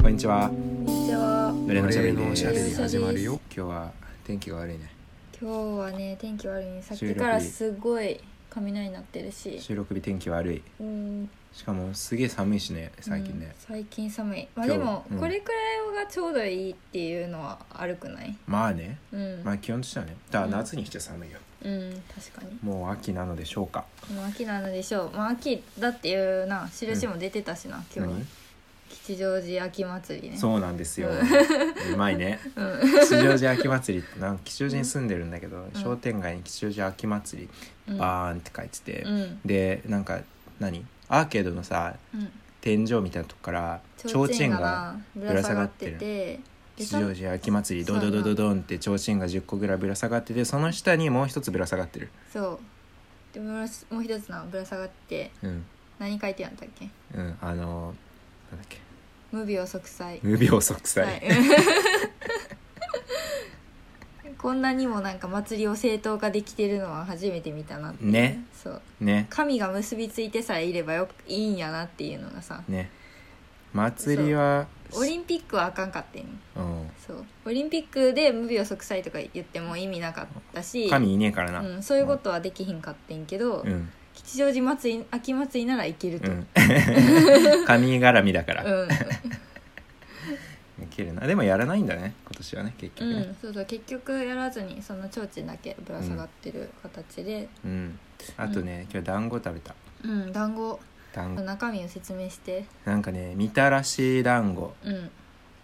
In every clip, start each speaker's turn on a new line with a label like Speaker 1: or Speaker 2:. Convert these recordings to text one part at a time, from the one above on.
Speaker 1: こんにちは。
Speaker 2: こんにちは。
Speaker 1: 濡れのおしゃべりです。
Speaker 2: おしゃべり始まるよ
Speaker 1: 今日は天気が悪いね。
Speaker 2: 今日はね天気悪いね。さっきからすごい雷鳴ってるし。
Speaker 1: 収録日天気悪い。
Speaker 2: うん。
Speaker 1: しかもすげえ寒いしね、最近
Speaker 2: うん
Speaker 1: ね。
Speaker 2: 最近寒い。まあ
Speaker 1: 今
Speaker 2: で
Speaker 1: 日
Speaker 2: も
Speaker 1: うん
Speaker 2: これくらいがちょうどいいっていうのは悪くない。
Speaker 1: まあね、
Speaker 2: うん。
Speaker 1: まあ気温としてはね。だから夏にして寒いよ。
Speaker 2: うん確かに。
Speaker 1: もう秋なのでしょうか。
Speaker 2: もう秋なのでしょう。まあ秋だっていうな印も出てたしな、今日は
Speaker 1: 何。
Speaker 2: 吉祥寺秋祭りね。
Speaker 1: そうなんです よ。うまいね。
Speaker 2: うん。
Speaker 1: 吉祥寺秋祭りってなんか吉祥寺に住んでるんだけど、商店街に吉祥寺秋祭
Speaker 2: うん
Speaker 1: りバーンって書いてて、
Speaker 2: うん。
Speaker 1: でなんか何アーケードのさ
Speaker 2: うん。
Speaker 1: 天井みたいなとこから
Speaker 2: 提灯が
Speaker 1: が
Speaker 2: なぶら下がってて。で
Speaker 1: 吉祥寺秋祭り
Speaker 2: そ
Speaker 1: ド
Speaker 2: う
Speaker 1: ドドドドンって提灯が10個ぐらいぶら下がっててその下にもう一つぶら下がってる
Speaker 2: そう。でぶらすもう一つなぶら下がって
Speaker 1: うん
Speaker 2: 何書いてあったっけ？
Speaker 1: うんあのーなんだっけ
Speaker 2: 無病息災
Speaker 1: 無病息災、
Speaker 2: はい こんなにもなんか祭りを正当化できてるのは初めて見たなって
Speaker 1: ね
Speaker 2: そう
Speaker 1: ね
Speaker 2: 神が結びついてさえいればよいいんやなっていうのがさ
Speaker 1: ね祭りは
Speaker 2: オリンピックはあかんかってん
Speaker 1: う
Speaker 2: そうオリンピックで無病息災とか言っても意味なかったし
Speaker 1: ん、神いねえからな
Speaker 2: うん、そういうことはできひんかってんけど、
Speaker 1: うん、
Speaker 2: 吉祥寺祭り秋祭りならいける
Speaker 1: う
Speaker 2: と、
Speaker 1: ん、 神絡みだから、
Speaker 2: うん
Speaker 1: いけるなでもやらないんだね今年はね結
Speaker 2: う
Speaker 1: 局ね
Speaker 2: ん、そうそう結局やらずにその提灯だけぶら下がってる形で、
Speaker 1: うん、あとね今日団子食べた
Speaker 2: うん、団子
Speaker 1: 団子
Speaker 2: 中身を説明して
Speaker 1: なんかねみたらし団子
Speaker 2: うん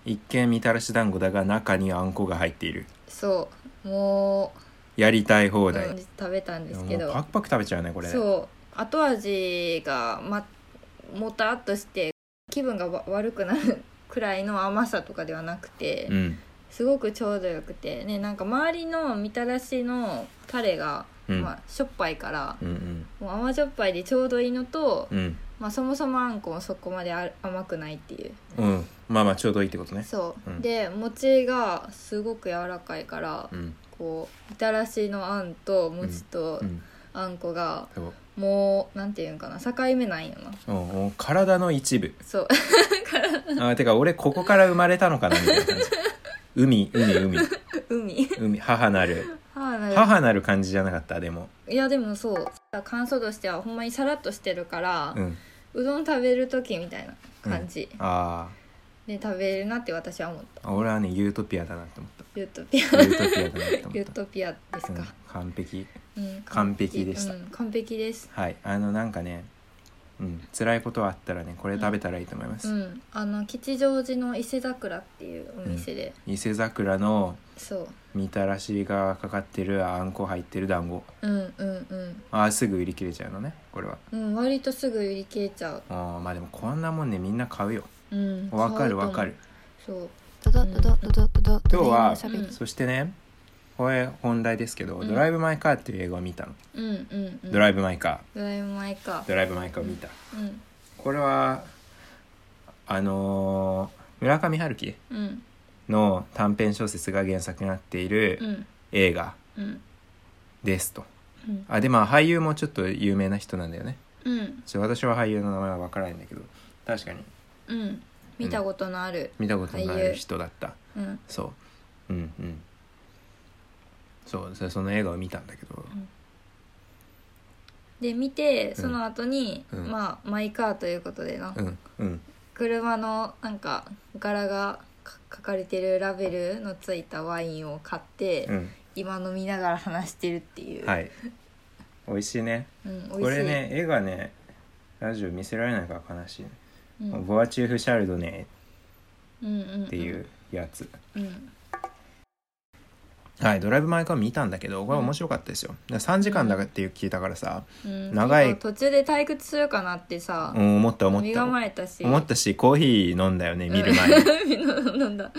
Speaker 1: 一見みたらし団子だが中にあんこが入っている
Speaker 2: そうも
Speaker 1: やりたい放
Speaker 2: う、
Speaker 1: 題、
Speaker 2: うん食べたんですけ
Speaker 1: いやも
Speaker 2: ど
Speaker 1: うパクパク食べちゃうねこれ
Speaker 2: そう後味が、ま、もたっとして気分がわ悪くなるくらいの甘さとかではなくて、
Speaker 1: ん
Speaker 2: すごくちょうどよくてねなんか周りのみたらしのタレが、
Speaker 1: うん
Speaker 2: まあ、しょっぱいから
Speaker 1: う、ん
Speaker 2: もう甘じょっぱいでちょうどいいのと、
Speaker 1: うんうん
Speaker 2: まあ、そもそもあんこもそこまであ甘くないっていう
Speaker 1: うんまあまあちょうどいいってことね
Speaker 2: そう、
Speaker 1: うん
Speaker 2: で餅がすごく柔らかいから、
Speaker 1: うん
Speaker 2: こうみたらしのあんと餅と
Speaker 1: うん
Speaker 2: あんこが
Speaker 1: そう
Speaker 2: もうなんていうんかな境目ないよな
Speaker 1: うんうん体の一部
Speaker 2: そう
Speaker 1: あーてか俺ここから生まれたのかなみたいな感じ海海海
Speaker 2: 海
Speaker 1: 海母なる
Speaker 2: 母なる
Speaker 1: 母なる感じじゃなかったでも
Speaker 2: いやでもそう乾燥としてはほんまにさらっとしてるから、
Speaker 1: う
Speaker 2: うんどん食べる時みたいな感じ
Speaker 1: あ
Speaker 2: で食べるなって私は思った
Speaker 1: あ俺はねユートピアだなって思っ
Speaker 2: ユートピア
Speaker 1: たユートピアだなって思
Speaker 2: ユ
Speaker 1: っ
Speaker 2: ー
Speaker 1: た
Speaker 2: トピアで
Speaker 1: う
Speaker 2: す
Speaker 1: ん
Speaker 2: か、
Speaker 1: 完璧
Speaker 2: うん
Speaker 1: 完璧でした
Speaker 2: うん完璧です
Speaker 1: はいあのなんかねうん辛いことはあったらねこれ食べたらいいと思いま
Speaker 2: う
Speaker 1: す
Speaker 2: んあの吉祥寺の伊勢桜っていうお店で、
Speaker 1: 伊勢桜の
Speaker 2: そう
Speaker 1: みたらしがかかってるあんこ入ってる団子
Speaker 2: うんうんうん
Speaker 1: あーすぐ売り切れちゃうのねこれは
Speaker 2: うん割とすぐ売り切れちゃう
Speaker 1: あーまあでもこんなもんねみんな買うよ
Speaker 2: うん
Speaker 1: わかる
Speaker 2: 買うと思う
Speaker 1: わかる
Speaker 2: そう
Speaker 3: ドドドドドドド
Speaker 1: 今日は、
Speaker 3: 喋り
Speaker 2: うん
Speaker 1: そしてねこれ本題ですけど「
Speaker 2: うん
Speaker 1: ドライブ・マイ・カー」っていう映画を見たの、
Speaker 2: うんうんうん
Speaker 1: ドライブ・マイ・カ
Speaker 2: ドライブ前か
Speaker 1: ードライブ・マイ・カーを見た
Speaker 2: うん
Speaker 1: これはあのー村上春樹
Speaker 2: うん
Speaker 1: の短編小説が原作になっていうる
Speaker 2: ん
Speaker 1: 映画
Speaker 2: うん
Speaker 1: ですと、
Speaker 2: うん
Speaker 1: あでまあ俳優もちょっと有名な人なんだよね
Speaker 2: うん
Speaker 1: ちょ私は俳優の名前は分からないんだけど確かに
Speaker 2: うん見たことのある
Speaker 1: 見たことのある人だった
Speaker 2: うん
Speaker 1: そううんうんそうそその映画を見たんだけど
Speaker 2: で見てその後に、
Speaker 1: うん
Speaker 2: まあマイカーということでな、
Speaker 1: うんうん
Speaker 2: 車のなんか柄がか書かれてるラベルのついたワインを買って、
Speaker 1: うん
Speaker 2: 今飲みながら話してるっていう、
Speaker 1: はい美味しいね
Speaker 2: うん、美味しい
Speaker 1: これね絵がねラジオ見せられないから悲しいね、
Speaker 2: うん、
Speaker 1: ボアチューフ・シャルドネ
Speaker 2: うんうんうん
Speaker 1: っていうやつ、
Speaker 2: うん
Speaker 1: はい「ドライブ・マイ・カー」見たんだけどこれ面白かったですよだから3時間だって聞いたからさ、
Speaker 2: うん
Speaker 1: 長い
Speaker 2: てか途中で退屈するかなってさ
Speaker 1: う、ん、思った思っ
Speaker 2: 身
Speaker 1: た
Speaker 2: 構えたし
Speaker 1: 思ったしコーヒー飲んだよね見る前に、
Speaker 2: なん だ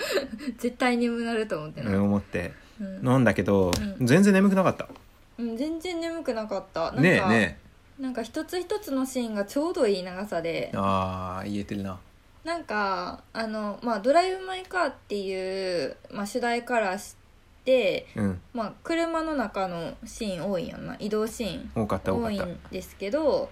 Speaker 2: 絶対眠なると思ってな、
Speaker 1: うん、思って
Speaker 2: うん
Speaker 1: 飲んだけど、
Speaker 2: う
Speaker 1: 全然眠くなかった
Speaker 2: うん全然眠くなかったなんか
Speaker 1: ねえね
Speaker 2: なんか一つ一つのシーンがちょうどいい長さで
Speaker 1: えああ言えてるな
Speaker 2: なんかあの、まあ「ドライブ・マイ・カー」っていう、まあ、主題からして、
Speaker 1: うん
Speaker 2: まあ、車の中のシーン多いやんな移動シーン
Speaker 1: 多かった多
Speaker 2: 多
Speaker 1: かっ
Speaker 2: い
Speaker 1: た
Speaker 2: んですけど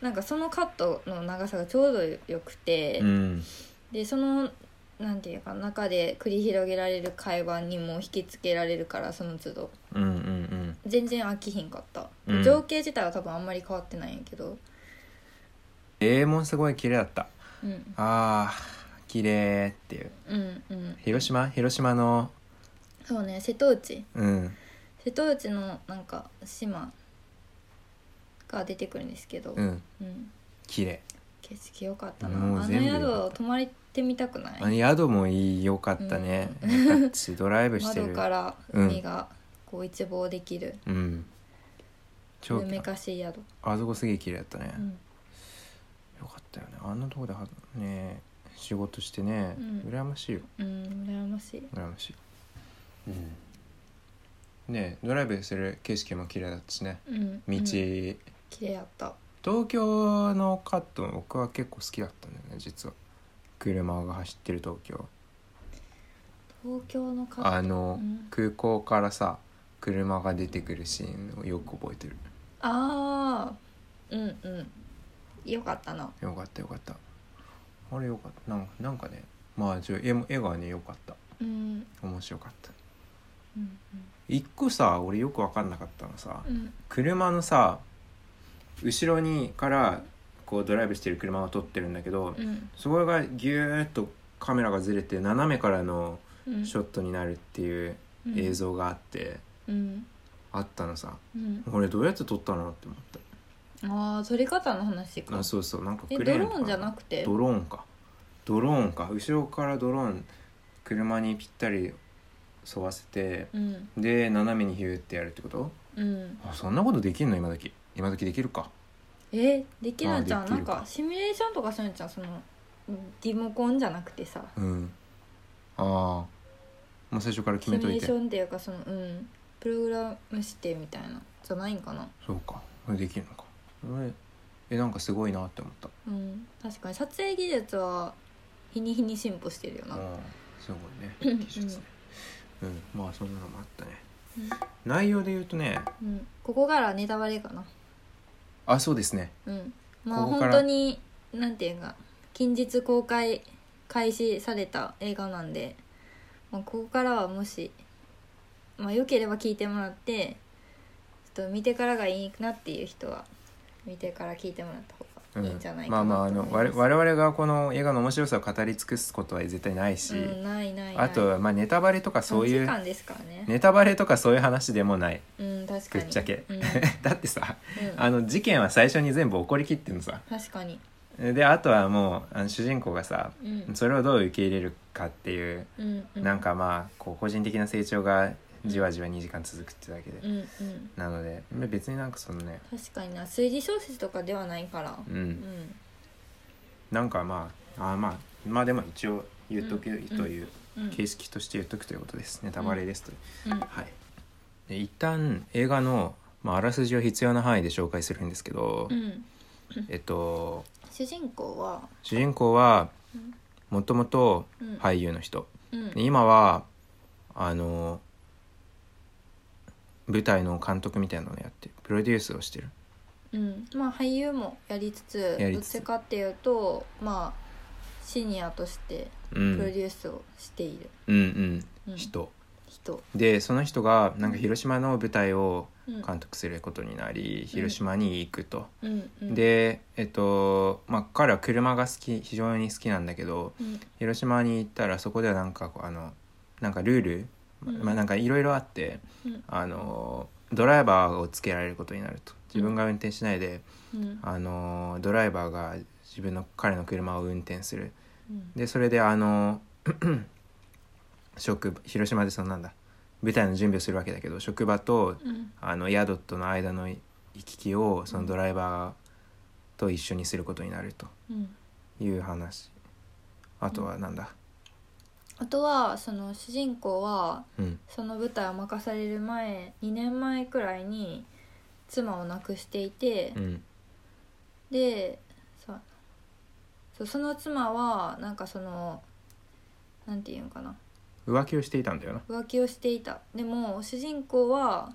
Speaker 2: なんかそのカットの長さがちょうどよくて、
Speaker 1: うん
Speaker 2: でそのなんていうか中で繰り広げられる会話にも引きつけられるからその都度
Speaker 1: うんうんうん
Speaker 2: 全然飽きひんかった、
Speaker 1: うん
Speaker 2: 情景自体は多分あんまり変わってないんやけど
Speaker 1: ええもんすごい綺麗だった
Speaker 2: うん
Speaker 1: あー綺麗っていう
Speaker 2: うんうん
Speaker 1: 広島広島の
Speaker 2: そうね瀬戸内
Speaker 1: うん
Speaker 2: 瀬戸内のなんか島が出てくるんですけど、
Speaker 1: うん
Speaker 2: うん
Speaker 1: 綺麗
Speaker 2: 景色良かったな
Speaker 1: もう
Speaker 2: あの
Speaker 1: 全部良かった
Speaker 2: 宿泊まってみたくない
Speaker 1: あの宿もいいよかったね、私ドライブして
Speaker 2: 窓
Speaker 1: る
Speaker 2: から
Speaker 1: うん
Speaker 2: 海がこう一望できる、
Speaker 1: うん
Speaker 2: う
Speaker 1: 超
Speaker 2: めかしい宿、
Speaker 1: あそこすげえ綺麗だったね、
Speaker 2: うん
Speaker 1: よかったよねあんなとこではね仕事してね、
Speaker 2: うん
Speaker 1: 羨ましいよ
Speaker 2: うん、羨ましい
Speaker 1: 羨ましい、うん、ねドライブする景色も綺麗だったしね
Speaker 2: うん
Speaker 1: 道、
Speaker 2: うん綺
Speaker 1: 東
Speaker 2: 麗やった
Speaker 1: 京のカット僕は結構好きだったんだよね実は車が走ってる東京
Speaker 2: 東京のカ
Speaker 1: あ
Speaker 2: ットう
Speaker 1: の、
Speaker 2: ん
Speaker 1: 空港からさ車が出てくるシーンをよく覚えてる
Speaker 2: あーうんうんよかったな
Speaker 1: よかったよかったあれよかったなんかなんかねまあちょ絵も絵がねよかった
Speaker 2: うん
Speaker 1: 面白かった
Speaker 2: うん
Speaker 1: 一個さ俺よく分かんなかったのさ、
Speaker 2: うんうん
Speaker 1: 車のさ後ろにからこうドライブしてる車を撮ってるんだけど、
Speaker 2: うん
Speaker 1: そこがギューッとカメラがずれて斜めからの
Speaker 2: うん
Speaker 1: ショットになるっていう映像があって、
Speaker 2: うん
Speaker 1: あったのさ
Speaker 2: うん、
Speaker 1: 俺どうやって撮ったのって思っ
Speaker 2: ああ撮り方の話
Speaker 1: た
Speaker 2: か
Speaker 1: あそうそうなんか
Speaker 2: え
Speaker 1: クレー
Speaker 2: ド
Speaker 1: ン
Speaker 2: ロ
Speaker 1: と
Speaker 2: ーンじゃな
Speaker 1: か
Speaker 2: くて
Speaker 1: ドローンかドローンか後ろからドローン車にぴったり沿わせて
Speaker 2: うん
Speaker 1: で斜めにヒューってやるってこと
Speaker 2: うん
Speaker 1: あそんなことできんの今時今時できるか
Speaker 2: えできるんじゃ
Speaker 1: あ
Speaker 2: ん
Speaker 1: でき
Speaker 2: な
Speaker 1: る
Speaker 2: ん
Speaker 1: か
Speaker 2: かシミュレーションとかするんじゃんそのリモコンじゃなくてさ
Speaker 1: うんああもう最初から決
Speaker 2: シ
Speaker 1: め
Speaker 2: ミュ
Speaker 1: と
Speaker 2: レ
Speaker 1: い
Speaker 2: ー
Speaker 1: て
Speaker 2: ションっていうかそのうんプログラムしてみたいなじゃないんかな
Speaker 1: そうかこれできるのか俺えなんかすごいなって思った
Speaker 2: うん確かに撮影技術は日に日に進歩してるよ
Speaker 1: あ
Speaker 2: な
Speaker 1: あすごいね技術ねうんまあそんなのもあったね内容で言うとね
Speaker 2: うん、うんここからはネタバレかな
Speaker 1: あそうですね
Speaker 2: うんま
Speaker 1: こ
Speaker 2: あ
Speaker 1: こか
Speaker 2: 本
Speaker 1: ら
Speaker 2: 当になんていうか近日公開開始された映画なんで、まあ、ここからはもしまあ良ければ聞いてもらってちょっと見てからがいいなっていう人は見てから聞いてもらった方がいいんじゃない
Speaker 1: ま
Speaker 2: か
Speaker 1: あまあ
Speaker 2: な
Speaker 1: あ
Speaker 2: と思
Speaker 1: の
Speaker 2: います、
Speaker 1: 我我々がこの映画の面白さを語り尽くすことは絶対ないし、
Speaker 2: うん、ないないない
Speaker 1: あとはまあネタバレとかそうい
Speaker 2: 短時
Speaker 1: う
Speaker 2: 間ですからね
Speaker 1: ネタバレとかそういう話でもない
Speaker 2: うん確か
Speaker 1: ぶ
Speaker 2: に
Speaker 1: っちゃけ、
Speaker 2: うん
Speaker 1: だってさ
Speaker 2: う ん
Speaker 1: あの事件は最初に全部起こりきってんのさ
Speaker 2: 確かに
Speaker 1: であとはもうあの主人公がさ
Speaker 2: うん
Speaker 1: それをどう受け入れるかっていう、
Speaker 2: うんう
Speaker 1: なんかまあこう個人的な成長がじわじわ2時間続くってだけで、
Speaker 2: うんうん
Speaker 1: なのでまあ別になんかそのね
Speaker 2: 確かにな推理小説とかではないから
Speaker 1: うん、
Speaker 2: うん
Speaker 1: なんかまああーまあまあでも一応言っとくという、
Speaker 2: うん
Speaker 1: 形式として言っとくということですネタバレですと、
Speaker 2: うん
Speaker 1: はいで一旦映画の、まあ、あらすじを必要な範囲で紹介するんですけど、
Speaker 2: うん
Speaker 1: えっと
Speaker 2: 主人公は
Speaker 1: 主人公は
Speaker 2: うん
Speaker 1: もともと
Speaker 2: うん
Speaker 1: 俳優の人、
Speaker 2: うん
Speaker 1: で今はあの舞台の監督みたいなのをやってるプロデュースをしてる
Speaker 2: うんまあ俳優もやりつつ
Speaker 1: やり
Speaker 2: どっ
Speaker 1: つつ
Speaker 2: ちかっていうとまあシニアとして
Speaker 1: う
Speaker 2: プロデ
Speaker 1: ん
Speaker 2: ュースをしている
Speaker 1: うん
Speaker 2: う
Speaker 1: うんん人
Speaker 2: 人
Speaker 1: でその人がなんか広島の舞台を
Speaker 2: うん
Speaker 1: 監督することになり、広島に行くと、
Speaker 2: うんうん
Speaker 1: でえっとまあ彼は車が好き非常に好きなんだけど
Speaker 2: うん
Speaker 1: 広島に行ったらそこではなんかこうあのなんかルール、ま
Speaker 2: うん
Speaker 1: まあなんかいろいろあって
Speaker 2: うん
Speaker 1: あのドライバーをつけられることになると自分が運転しないで
Speaker 2: うん
Speaker 1: あのドライバーが自分の彼の車を運転する
Speaker 2: うん
Speaker 1: でそれであの 職広島でそのなんだ舞台の準備をするわけだけど職場と
Speaker 2: うん
Speaker 1: あの宿との間の行き来をそのドライバーと一緒にすることになると
Speaker 2: うん
Speaker 1: いう話あとはなんだ
Speaker 2: あとはその主人公は
Speaker 1: うん
Speaker 2: その舞台を任される前2年前くらいに妻を亡くしていて、
Speaker 1: うん
Speaker 2: でさそうその妻はなんかそのなんていうんかな
Speaker 1: 浮気をしていたんだよな
Speaker 2: 浮気をしていたでも主人公は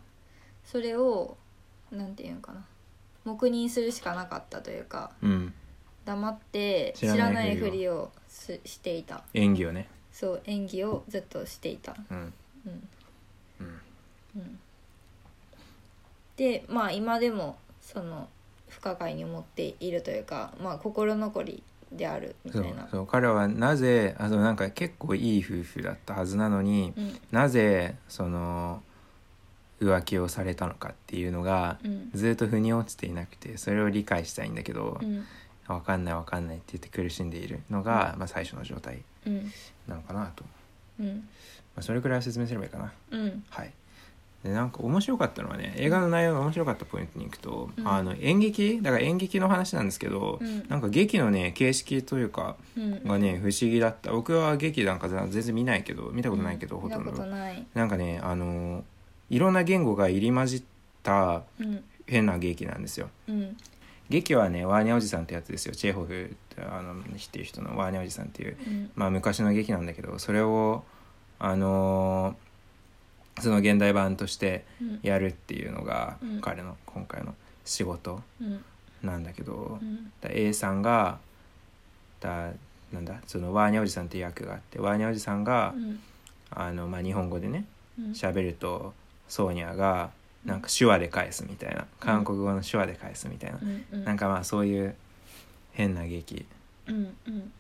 Speaker 2: それをなんていうんかな黙認するしかなかったというか
Speaker 1: うん
Speaker 2: 黙って
Speaker 1: 知
Speaker 2: 知
Speaker 1: ら
Speaker 2: ら
Speaker 1: な
Speaker 2: ないい
Speaker 1: ふりを
Speaker 2: ふりをししていた
Speaker 1: 演技をね
Speaker 2: そう演技をずっとしていた
Speaker 1: うん
Speaker 2: うん
Speaker 1: うん
Speaker 2: うんでまあ今でもその不可解に思っているというかまあ心残りであるみた
Speaker 1: そう
Speaker 2: いな
Speaker 1: そう彼はなぜあのなんか結構いい夫婦だったはずなのに、
Speaker 2: うん
Speaker 1: なぜその浮気をされたのかっていうのが
Speaker 2: うん
Speaker 1: ずっと腑に落ちていなくてそれを理解したいんだけど、
Speaker 2: うん
Speaker 1: わかんないわかんないって言って苦しんでいるのが、まあ、最初の状態
Speaker 2: うん
Speaker 1: なのかなと、ま
Speaker 2: うん
Speaker 1: あ、それくらいは説明すればいいかな
Speaker 2: うん
Speaker 1: はいでなんか面白かったのはね映画の内容が面白かったポイントに行くと、
Speaker 2: うん
Speaker 1: あの演劇だから演劇の話なんですけど、
Speaker 2: うん
Speaker 1: なんか劇のね形式というか
Speaker 2: うん
Speaker 1: がね不思議だった僕は劇なんか全然見ないけど見たことないけど、ほ
Speaker 2: 見
Speaker 1: と
Speaker 2: た
Speaker 1: ん
Speaker 2: こ
Speaker 1: ど
Speaker 2: とない
Speaker 1: なんかねあのいろんな言語が入り混じった
Speaker 2: うん
Speaker 1: 変な劇なんですよ
Speaker 2: うん
Speaker 1: 劇はねワーニャおじさんってやつですよチェーホフってあの知っていう人のワーニャおじさんっていう、
Speaker 2: うん
Speaker 1: まあ、昔の劇なんだけどそれをあのーその現代版として
Speaker 2: うん
Speaker 1: やるっていうのが
Speaker 2: うん
Speaker 1: 彼の今回の仕事
Speaker 2: うん
Speaker 1: なんだけど、
Speaker 2: うん
Speaker 1: だ A さんがだなんだそのワーニャおじさんっていう役があってワーニャおじさんが、
Speaker 2: うん
Speaker 1: あのまあ、日本語でね
Speaker 2: うん
Speaker 1: 喋るとソーニャがなんか手話で返すみたいな韓国語の手話で返すみたいな
Speaker 2: う、んうん
Speaker 1: なんかまあそういう変な劇、
Speaker 2: うんうんう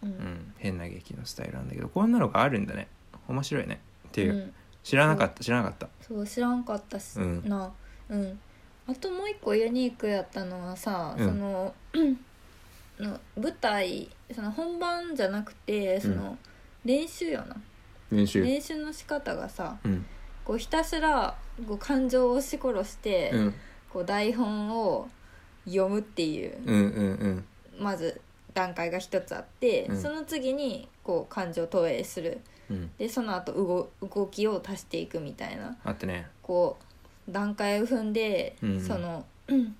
Speaker 1: うんん、変な劇のスタイルなんだけどこんなのがあるんだね面白いねっていう、
Speaker 2: うん
Speaker 1: 知らなかった知らなかった
Speaker 2: そう知らんかったし、
Speaker 1: うん
Speaker 2: なうんあともう一個ユニークやったのはさ、
Speaker 1: うん
Speaker 2: その の舞台その本番じゃなくてその、練習よな
Speaker 1: 練習
Speaker 2: 練習の仕方がさ
Speaker 1: うん
Speaker 2: こうひたすらこう感情を押し殺して、
Speaker 1: うん
Speaker 2: こう台本を読むっていう、
Speaker 1: うんうんうん
Speaker 2: まず段階が一つあって、
Speaker 1: うん
Speaker 2: その次にこう感情を投影する
Speaker 1: うん
Speaker 2: でその後動動きを足していくみたいな
Speaker 1: あってね
Speaker 2: こう段階を踏んで、
Speaker 1: うん
Speaker 2: その、 うん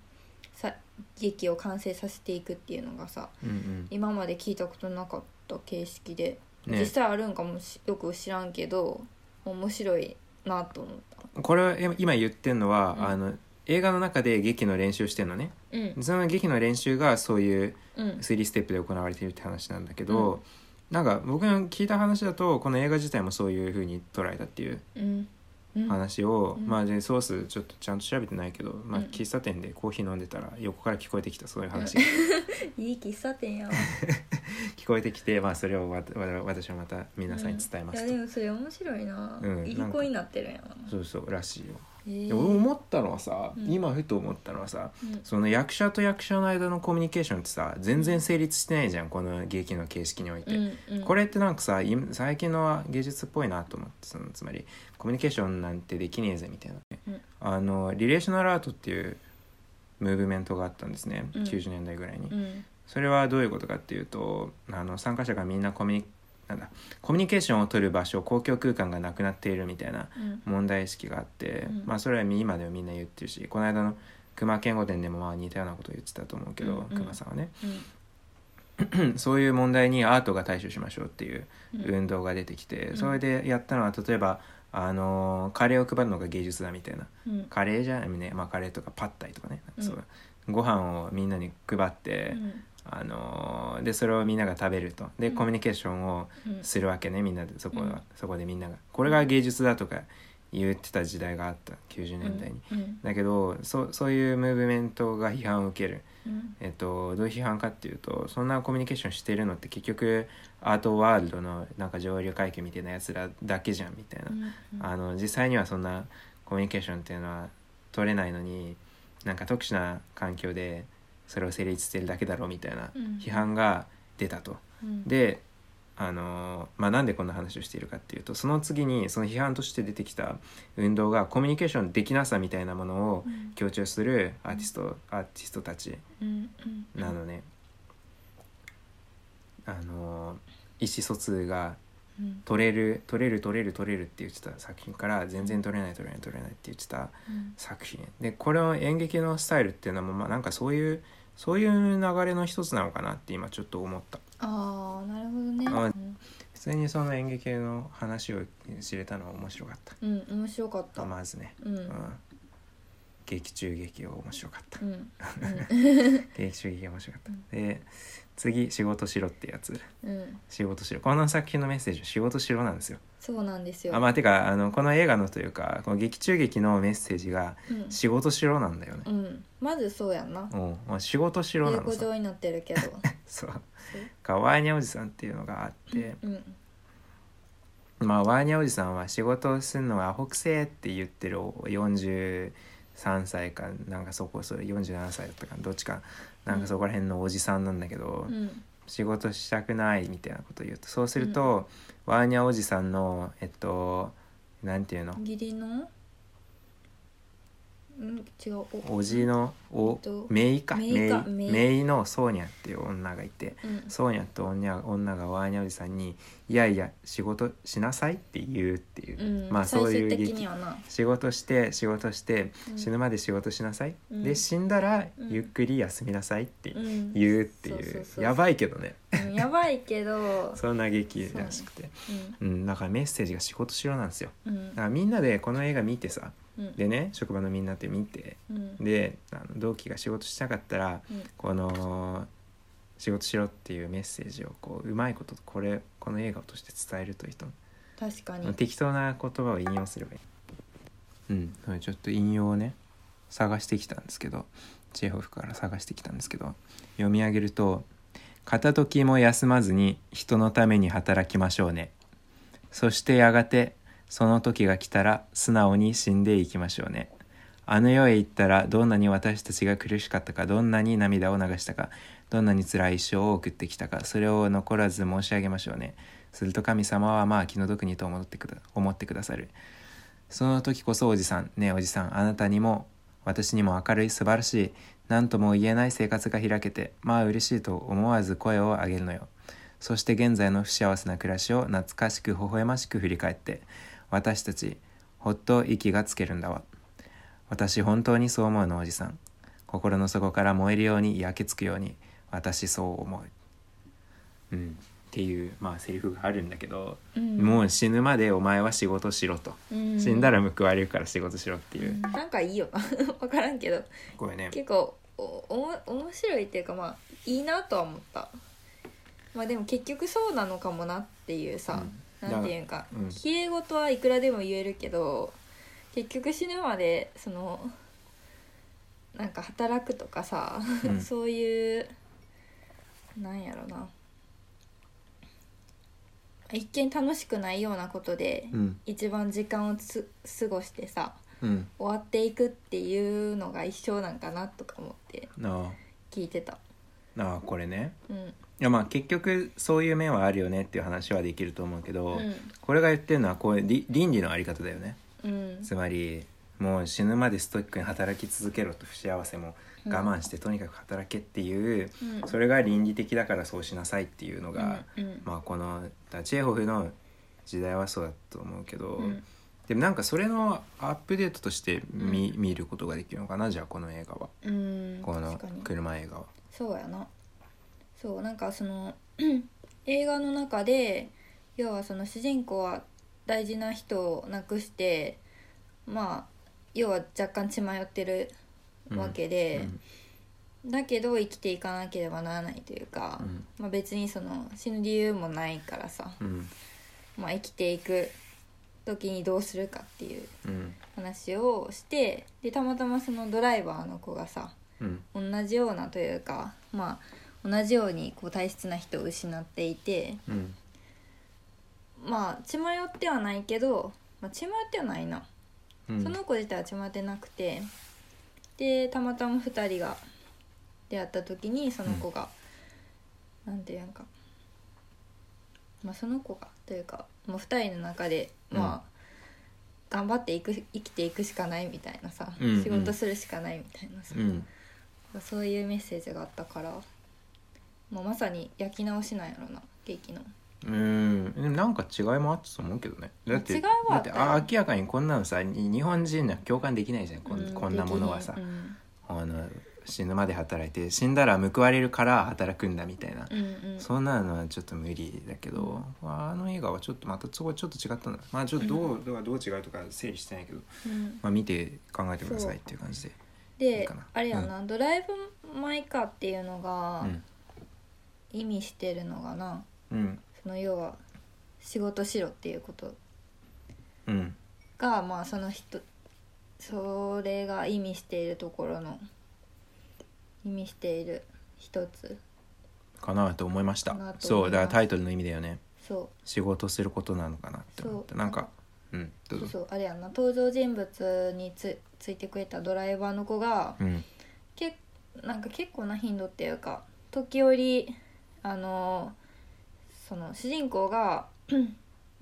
Speaker 2: さ劇を完成させていくっていうのがさ
Speaker 1: うん
Speaker 2: 今まで聞いたことなかった形式で、
Speaker 1: うんね
Speaker 2: 実際あるんかもしよく知らんけど面白いなと思った。
Speaker 1: これはえ今言ってんのは、
Speaker 2: うん
Speaker 1: あの映画の中で劇の練習してんのね
Speaker 2: うん
Speaker 1: その劇の練習がそういう
Speaker 2: うん
Speaker 1: 3ステップで行われているって話なんだけど、なんか僕が聞いた話だとこの映画自体もそういう風に捉えたっていう
Speaker 2: うんうん
Speaker 1: 話を、
Speaker 2: うん
Speaker 1: まあでソースちょっとちゃんと調べてないけど、まあ、
Speaker 2: うん
Speaker 1: 喫茶店でコーヒー飲んでたら横から聞こえてきたそういう話、
Speaker 2: いい喫茶店やわ
Speaker 1: 聞こえてきて、まあ、それをわたわた私はまた皆さんに伝えま
Speaker 2: う
Speaker 1: す
Speaker 2: んい
Speaker 1: と、
Speaker 2: やでもそれ面白いな、
Speaker 1: うん
Speaker 2: いい
Speaker 1: なんか
Speaker 2: 子になってるんやな
Speaker 1: そうそうらしいよ。
Speaker 2: え
Speaker 1: で
Speaker 2: ー
Speaker 1: 俺思ったのはさ、
Speaker 2: うん
Speaker 1: 今ふと思ったのはさ
Speaker 2: うん
Speaker 1: その役者と役者の間のコミュニケーションってさ全然成立してないじゃんこの劇の形式において。
Speaker 2: うんうん
Speaker 1: これってなんかさい最近のは芸術っぽいなと思ってそのつまりコミュニケーションなんてできねえぜみたいな、ね
Speaker 2: うん
Speaker 1: あのリレーショナルアートっていうムーブメントがあったんですね、
Speaker 2: うん
Speaker 1: 90年代ぐらいに、
Speaker 2: うん
Speaker 1: それはどういうことかっていうとあの参加者がみんなコミュニなんだコミュニケーションを取る場所公共空間がなくなっているみたいな
Speaker 2: うん
Speaker 1: 問題意識があって、
Speaker 2: うん
Speaker 1: まあそれは今でもみんな言ってるしこの間の熊健吾展でもまあ似たようなことを言ってたと思うけど、
Speaker 2: うんうん
Speaker 1: 熊さんはね、
Speaker 2: うん
Speaker 1: そういう問題にアートが対処しましょうっていう
Speaker 2: うん
Speaker 1: 運動が出てきて、
Speaker 2: うん
Speaker 1: それでやったのは例えば、あのーカレーを配るのが芸術だみたいな
Speaker 2: うん
Speaker 1: カレーじゃないね、まあ、カレーとかパッタイとかね、
Speaker 2: うん
Speaker 1: そうご飯をみんなに配って、あのーでそれをみんなが食べるとで
Speaker 2: うん
Speaker 1: コミュニケーションを
Speaker 2: うん
Speaker 1: するわけねみんなでそこは、
Speaker 2: うん
Speaker 1: そこでみんながこれが芸術だとか言ってた時代があった90年代に。
Speaker 2: うん
Speaker 1: だけどそそういうムーブメントが批判を受ける、
Speaker 2: うん
Speaker 1: えっと、どういう批判かっていうとそんなコミュニケーションしてるのって結局アートワールドのなんか上流階級みたいなやつらだけじゃんみたいな、
Speaker 2: うん
Speaker 1: あの実際にはそんなコミュニケーションっていうのは取れないのになんか特殊な環境でそれを成立してるだけだろうみたいな
Speaker 2: うん
Speaker 1: 批判が出たと。
Speaker 2: うん
Speaker 1: であのまあ、なんでこんな話をしているかっていうとその次にその批判として出てきた運動がコミュニケーションできなさみたいなものを
Speaker 2: うん
Speaker 1: 強調するアーティスト、アーティストたち
Speaker 2: うんうん
Speaker 1: なのね、あの意思疎通が
Speaker 2: うん
Speaker 1: 取れる取れる取れる取れるって言ってた作品から全然取れない取れない取れないって言ってた
Speaker 2: うん
Speaker 1: 作品でこれの演劇のスタイルっていうのもまあなんかそういうそういう流れの一つなのかなって今ちょっと思った
Speaker 2: ああなるほどね
Speaker 1: あ
Speaker 2: うん
Speaker 1: 普通にその演劇の話を知れたのは面白かっ
Speaker 2: うん面白かったた
Speaker 1: まずね、
Speaker 2: うんう
Speaker 1: うん
Speaker 2: ん
Speaker 1: 劇中劇は面白かった
Speaker 2: うん
Speaker 1: 劇中劇が面白かった、で次仕事しろってやつ
Speaker 2: うん
Speaker 1: 仕事しろこの作品のメッセージは仕事しろなんですよ
Speaker 2: そうなんですよ
Speaker 1: あまあてかあのこの映画のというかこの劇中劇のメッセージが
Speaker 2: うん
Speaker 1: 仕事しろなんだよね
Speaker 2: う、ん、まずそうやんな
Speaker 1: うんまあ、仕事しろな
Speaker 2: 英
Speaker 1: の
Speaker 2: 語
Speaker 1: さ
Speaker 2: 状になってるけど
Speaker 1: そうかワーニャおじさんっていうのがあって、
Speaker 2: うん
Speaker 1: まあワーニャおじさんは仕事をするのはアホくせえって言ってる43歳かなんかそこそれ47歳だったかどっちかなんかそこら辺のおじさんなんだけど、
Speaker 2: うん
Speaker 1: 仕事したくないみたいなことを言うとそうすると、ワーニャおじさんのえっとなんていうの
Speaker 2: 義理のうん違う
Speaker 1: おじのお
Speaker 2: えっと
Speaker 1: メイか
Speaker 2: メイか
Speaker 1: メ
Speaker 2: メ
Speaker 1: イ
Speaker 2: イ
Speaker 1: メイのソーニャっていう女がいて
Speaker 2: うん
Speaker 1: ソーニャと女女がワーニャおじさんに「いやいや仕事しなさい」って言うっていう、
Speaker 2: うん、
Speaker 1: まあ
Speaker 2: 最
Speaker 1: そうい
Speaker 2: 終
Speaker 1: う
Speaker 2: 的
Speaker 1: 劇
Speaker 2: にはな、
Speaker 1: 仕事して仕事して
Speaker 2: うん
Speaker 1: 死ぬまで仕事しなさい、
Speaker 2: うん
Speaker 1: で死んだら
Speaker 2: うん
Speaker 1: ゆっくり休みなさいって
Speaker 2: うん
Speaker 1: 言うって
Speaker 2: そう
Speaker 1: い
Speaker 2: そううそう
Speaker 1: やばいけどね
Speaker 2: うんやばいけど
Speaker 1: そんな劇らしくてうんだからメッセージが仕事しろなんですよ
Speaker 2: うんうん
Speaker 1: だからみんなでこの映画見てさ
Speaker 2: うん
Speaker 1: でね職場のみんなって見て
Speaker 2: うん
Speaker 1: であの同期が仕事したかったら
Speaker 2: うん
Speaker 1: この仕事しろっていうメッセージをこううまいことこれこの映画を通して伝えるといいと思う
Speaker 2: 確かに
Speaker 1: 適当な言葉を引用すればいいうんそれちょっと引用をね探してきたんですけどチェーホフから探してきたんですけど読み上げると「片時も休まずに人のために働きましょうね」「そしてやがてその時が来たら素直に死んでいきましょうね」あの世へ行ったらどんなに私たちが苦しかったかどんなに涙を流したかどんなに辛い一生を送ってきたかそれを残らず申し上げましょうねすると神様はまあ気の毒にと思ってくだ思ってくださるその時こそおじさんねえおじさんあなたにも私にも明るい素晴らしい何とも言えない生活が開けてまあ嬉しいと思わず声を上げるのよそして現在の不幸せな暮らしを懐かしく微笑ましく振り返って私たちほっと息がつけるんだわ私本当にそう思うのおじさん心の底から燃えるように焼けつくように私そう思う、うん、っていうまあセリフがあるんだけど、
Speaker 2: うん
Speaker 1: もう死ぬまでお前は仕事しろと、
Speaker 2: うん
Speaker 1: 死んだら報われるから仕事しろっていう、
Speaker 2: なんかいいよ わからんけど
Speaker 1: これね
Speaker 2: 結構おおも面白いっていうかまあいいなとは思ったまあでも結局そうなのかもなっていうさ、
Speaker 1: うん
Speaker 2: なんていうんか
Speaker 1: うん
Speaker 2: きれい事はいくらでも言えるけど結局死ぬまでそのなんか働くとかさ、
Speaker 1: うん
Speaker 2: そういうなんやろな一見楽しくないようなことで、
Speaker 1: うん
Speaker 2: 一番時間をつ過ごしてさ
Speaker 1: うん
Speaker 2: 終わっていくっていうのが一生なんかなとか思って
Speaker 1: な
Speaker 2: 聞いてた
Speaker 1: あなあこれね
Speaker 2: うん
Speaker 1: いやまあ結局そういう面はあるよねっていう話はできると思うけど、
Speaker 2: うん
Speaker 1: これが言ってるのはこうり倫理のあり方だよね
Speaker 2: うん
Speaker 1: つまりもう死ぬまでストイックに働き続けろと不幸せも我慢してとにかく働けっていう、
Speaker 2: うん
Speaker 1: それが倫理的だからそうしなさいっていうのが、
Speaker 2: うん
Speaker 1: まあこのだからチェーホフの時代はそうだと思うけど、
Speaker 2: うん
Speaker 1: でもなんかそれのアップデートとして見,、
Speaker 2: う
Speaker 1: 見ることができるのかなじゃあこの映画は
Speaker 2: うん
Speaker 1: この
Speaker 2: 確かに
Speaker 1: 車映画は。
Speaker 2: そうやなそうなんかその 映画の中で要はその主人公は大事な人を亡くしてまあ要は若干血迷ってるわけで、だけど生きていかなければならないというか、
Speaker 1: うん
Speaker 2: まあ、別にその死ぬ理由もないからさ、
Speaker 1: うん
Speaker 2: まあ、生きていく時にどうするかっていう
Speaker 1: うん
Speaker 2: 話をしてでたまたまそのドライバーの子がさ
Speaker 1: うん
Speaker 2: 同じようなというかまあ同じようにこう体質な人を失っていて
Speaker 1: うん
Speaker 2: まあ血迷ってはないけど、まあ、血迷ってはないな、
Speaker 1: うん
Speaker 2: その子自体は血迷ってなくてでたまたま2人が出会った時にその子が、なんていうんか、まあ、その子がというかもう2人の中でまあ、頑張っていく生きていくしかないみたいなさ、
Speaker 1: うんうん
Speaker 2: 仕事するしかないみたいなさ、
Speaker 1: うん
Speaker 2: そういうメッセージがあったから、まあ、まさに焼き直しなんやろな劇の
Speaker 1: うんでもなんか違いもあったと思うけどねだって
Speaker 2: 違いはあ
Speaker 1: だ
Speaker 2: っ
Speaker 1: ったて
Speaker 2: よ
Speaker 1: あ明らかにこんなのさに日本人には共感できないじゃんこん,、
Speaker 2: うん
Speaker 1: こんなものはさ、
Speaker 2: できひん
Speaker 1: あの死ぬまで働いて死んだら報われるから働くんだみたいな、
Speaker 2: うんうんうん
Speaker 1: そんなのはちょっと無理だけど、あの映画はちょっとまたそこちょっと違ったんだまあちょっとどう,、どうどう違うとか整理してないけど、
Speaker 2: うん
Speaker 1: まあ、見て考えてくださいっていう感じで
Speaker 2: で
Speaker 1: いいかな
Speaker 2: あれやな、ドライブ・マイ・カーっていうのが
Speaker 1: うん
Speaker 2: 意味してるのがな
Speaker 1: うん
Speaker 2: その要は仕事しろっていうこと
Speaker 1: うん
Speaker 2: がまあその人それが意味しているところの意味している一つ
Speaker 1: かなと思いまし
Speaker 2: かな
Speaker 1: た
Speaker 2: と
Speaker 1: そ
Speaker 2: 思
Speaker 1: う
Speaker 2: います
Speaker 1: だからタイトルの意味だよね
Speaker 2: そ
Speaker 1: 仕事することなのかなって思った
Speaker 2: そう
Speaker 1: なんかうん
Speaker 2: う
Speaker 1: どう
Speaker 2: そう
Speaker 1: ぞ
Speaker 2: そうあれやんな登場人物につついてくれたドライバーの子が
Speaker 1: うん
Speaker 2: けなんか結構な頻度っていうか時折あのその主人公が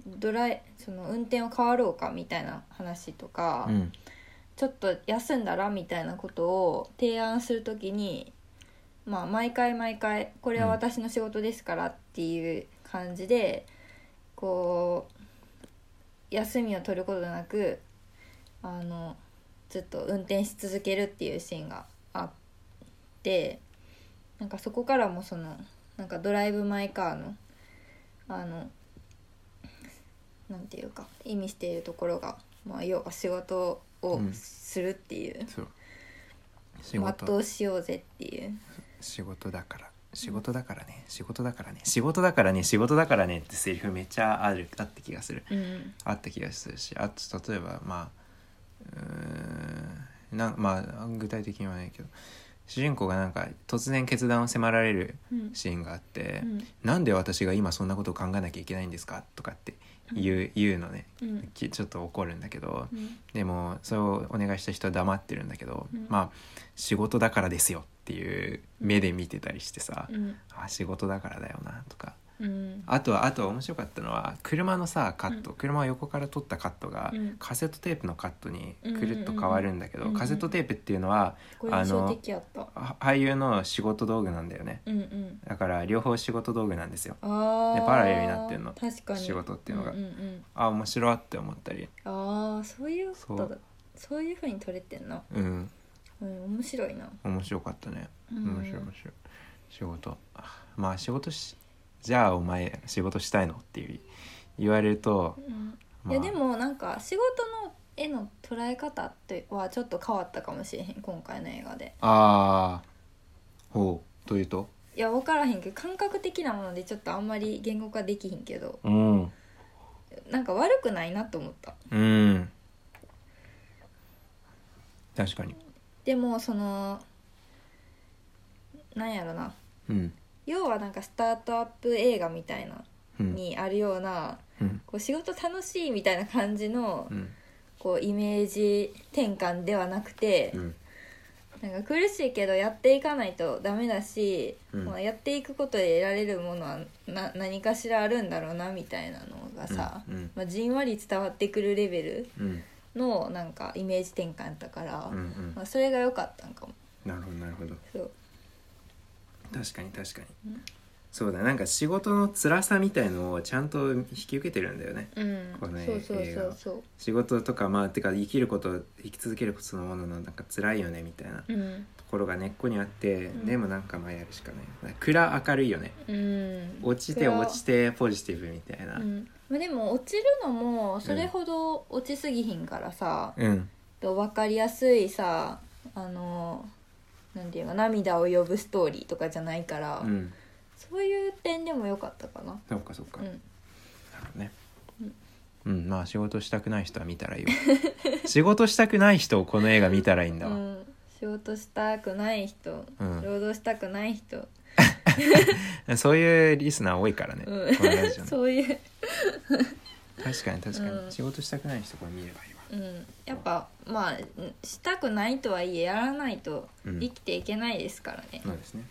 Speaker 2: ドライその運転を変わろうかみたいな話とか、
Speaker 1: うん
Speaker 2: ちょっと休んだらみたいなことを提案するときに、まあ、毎回毎回これは私の仕事ですからっていう感じで、こう休みを取ることなくあのずっと運転し続けるっていうシーンがあってなんかそこからもそのなんかドライブ・マイ・カーのあのなんていうか意味しているところが、まあ、要は仕事を
Speaker 1: うん
Speaker 2: するっていう、
Speaker 1: そう仕
Speaker 2: 全
Speaker 1: 事
Speaker 2: うしようぜっていう
Speaker 1: 仕事だから仕事だからね仕事だからね仕事だからね仕事だからねってセリフめっちゃあるあった気がする
Speaker 2: うん
Speaker 1: あった気がするしあと例えばまあうーんなまあ具体的にはないけど主人公がなんか突然決断を迫られる
Speaker 2: うん
Speaker 1: シーンがあって、
Speaker 2: うん
Speaker 1: なんで私が今そんなことを考えなきゃいけないんですかとかって言う,、言うのね
Speaker 2: うん
Speaker 1: きちょっと怒るんだけど
Speaker 2: うん
Speaker 1: でもそれをお願いした人は黙ってるんだけど、
Speaker 2: うん
Speaker 1: まあ仕事だからですよっていう目で見てたりしてさ、
Speaker 2: うん
Speaker 1: あ仕事だからだよなとか
Speaker 2: うん
Speaker 1: あとはあとは面白かったのは車のさカット、
Speaker 2: う
Speaker 1: 車を横から撮ったカットが、
Speaker 2: うん
Speaker 1: カセットテープのカットにく
Speaker 2: うんうんうん
Speaker 1: るっと変わるんだけど、
Speaker 2: うんうん
Speaker 1: カセットテープっていうのは
Speaker 2: これ印象的やった
Speaker 1: は俳優の仕事道具なんだよね
Speaker 2: うんうん
Speaker 1: だから両方仕事道具なんですよ
Speaker 2: あ
Speaker 1: で
Speaker 2: ー
Speaker 1: パラレルになってんの
Speaker 2: 確かに
Speaker 1: 仕事っていうのが
Speaker 2: んんうん
Speaker 1: あ面白いって思ったり
Speaker 2: ああそういうこと
Speaker 1: そ
Speaker 2: だそういうふうに撮れてんな、
Speaker 1: うん
Speaker 2: うん、面白いな
Speaker 1: 面白かったね
Speaker 2: うん
Speaker 1: 面白い面白い仕事まあ仕事しじゃあお前仕事したいのっていう言われると、
Speaker 2: うん
Speaker 1: ま
Speaker 2: い
Speaker 1: あ
Speaker 2: やでもなんか仕事の絵の捉え方ってはちょっと変わったかもしれへん今回の映画で
Speaker 1: ああほうというと
Speaker 2: いや分からへんけど感覚的なものでちょっとあんまり言語化できひんけど
Speaker 1: うん
Speaker 2: なんか悪くないなと思った
Speaker 1: うん確かに
Speaker 2: でもそのなんやろな
Speaker 1: うん
Speaker 2: 要はなんかスタートアップ映画みたいな
Speaker 1: うん
Speaker 2: にあるような
Speaker 1: うん
Speaker 2: こう仕事楽しいみたいな感じの
Speaker 1: うん
Speaker 2: こうイメージ転換ではなくて、
Speaker 1: うん
Speaker 2: なんか苦しいけどやっていかないとダメだし、
Speaker 1: うん
Speaker 2: まあ、やっていくことで得られるものはな何かしらあるんだろうなみたいなのがさ、
Speaker 1: うん
Speaker 2: まあ、じんわり伝わってくるレベル
Speaker 1: うん
Speaker 2: のなんかイメージ転換やったから、
Speaker 1: うんうん
Speaker 2: まあ、それが良かったんかも
Speaker 1: なるほどなるほど
Speaker 2: そう
Speaker 1: 確かに確かに
Speaker 2: うん
Speaker 1: そうだなんか仕事の辛さみたいのをちゃんと引き受けてるんだよね
Speaker 2: うん
Speaker 1: このね
Speaker 2: そうそう
Speaker 1: 映
Speaker 2: そ
Speaker 1: 画
Speaker 2: うそ
Speaker 1: 仕事とかまあてか生きること生き続けることそのもののなんか辛いよねみたいな
Speaker 2: ううん
Speaker 1: ところが根っこにあって、
Speaker 2: ん
Speaker 1: でもなんかまあやるしかないだから暗明るいよね
Speaker 2: うん
Speaker 1: 落ちて落ちてポジティブみたいな
Speaker 2: う、んまあ、でも落ちるのもそれほど落ちすぎひんからさ、
Speaker 1: うん、
Speaker 2: と分かりやすいさあのなんていうか涙を呼ぶストーリーとかじゃないから、
Speaker 1: うん、
Speaker 2: そういう点でも良かったかな
Speaker 1: そっかそっか、
Speaker 2: う
Speaker 1: なるほ
Speaker 2: ん
Speaker 1: どねうん、まあ仕事したくない人は見たらい いわ仕事したくない人をこの映画見たらいいんだわ、
Speaker 2: うん仕事したくない人、
Speaker 1: うん
Speaker 2: 労働したくない人、
Speaker 1: そういうリスナー多いからね、
Speaker 2: うん
Speaker 1: このラジオね
Speaker 2: そういう、
Speaker 1: 確かに確かに、
Speaker 2: うん
Speaker 1: 仕事したくない人これ見ればいいわ
Speaker 2: うん、やっぱまあうんしたくないとはいえやらないと
Speaker 1: うん
Speaker 2: 生きていけないですからね、
Speaker 1: そうですね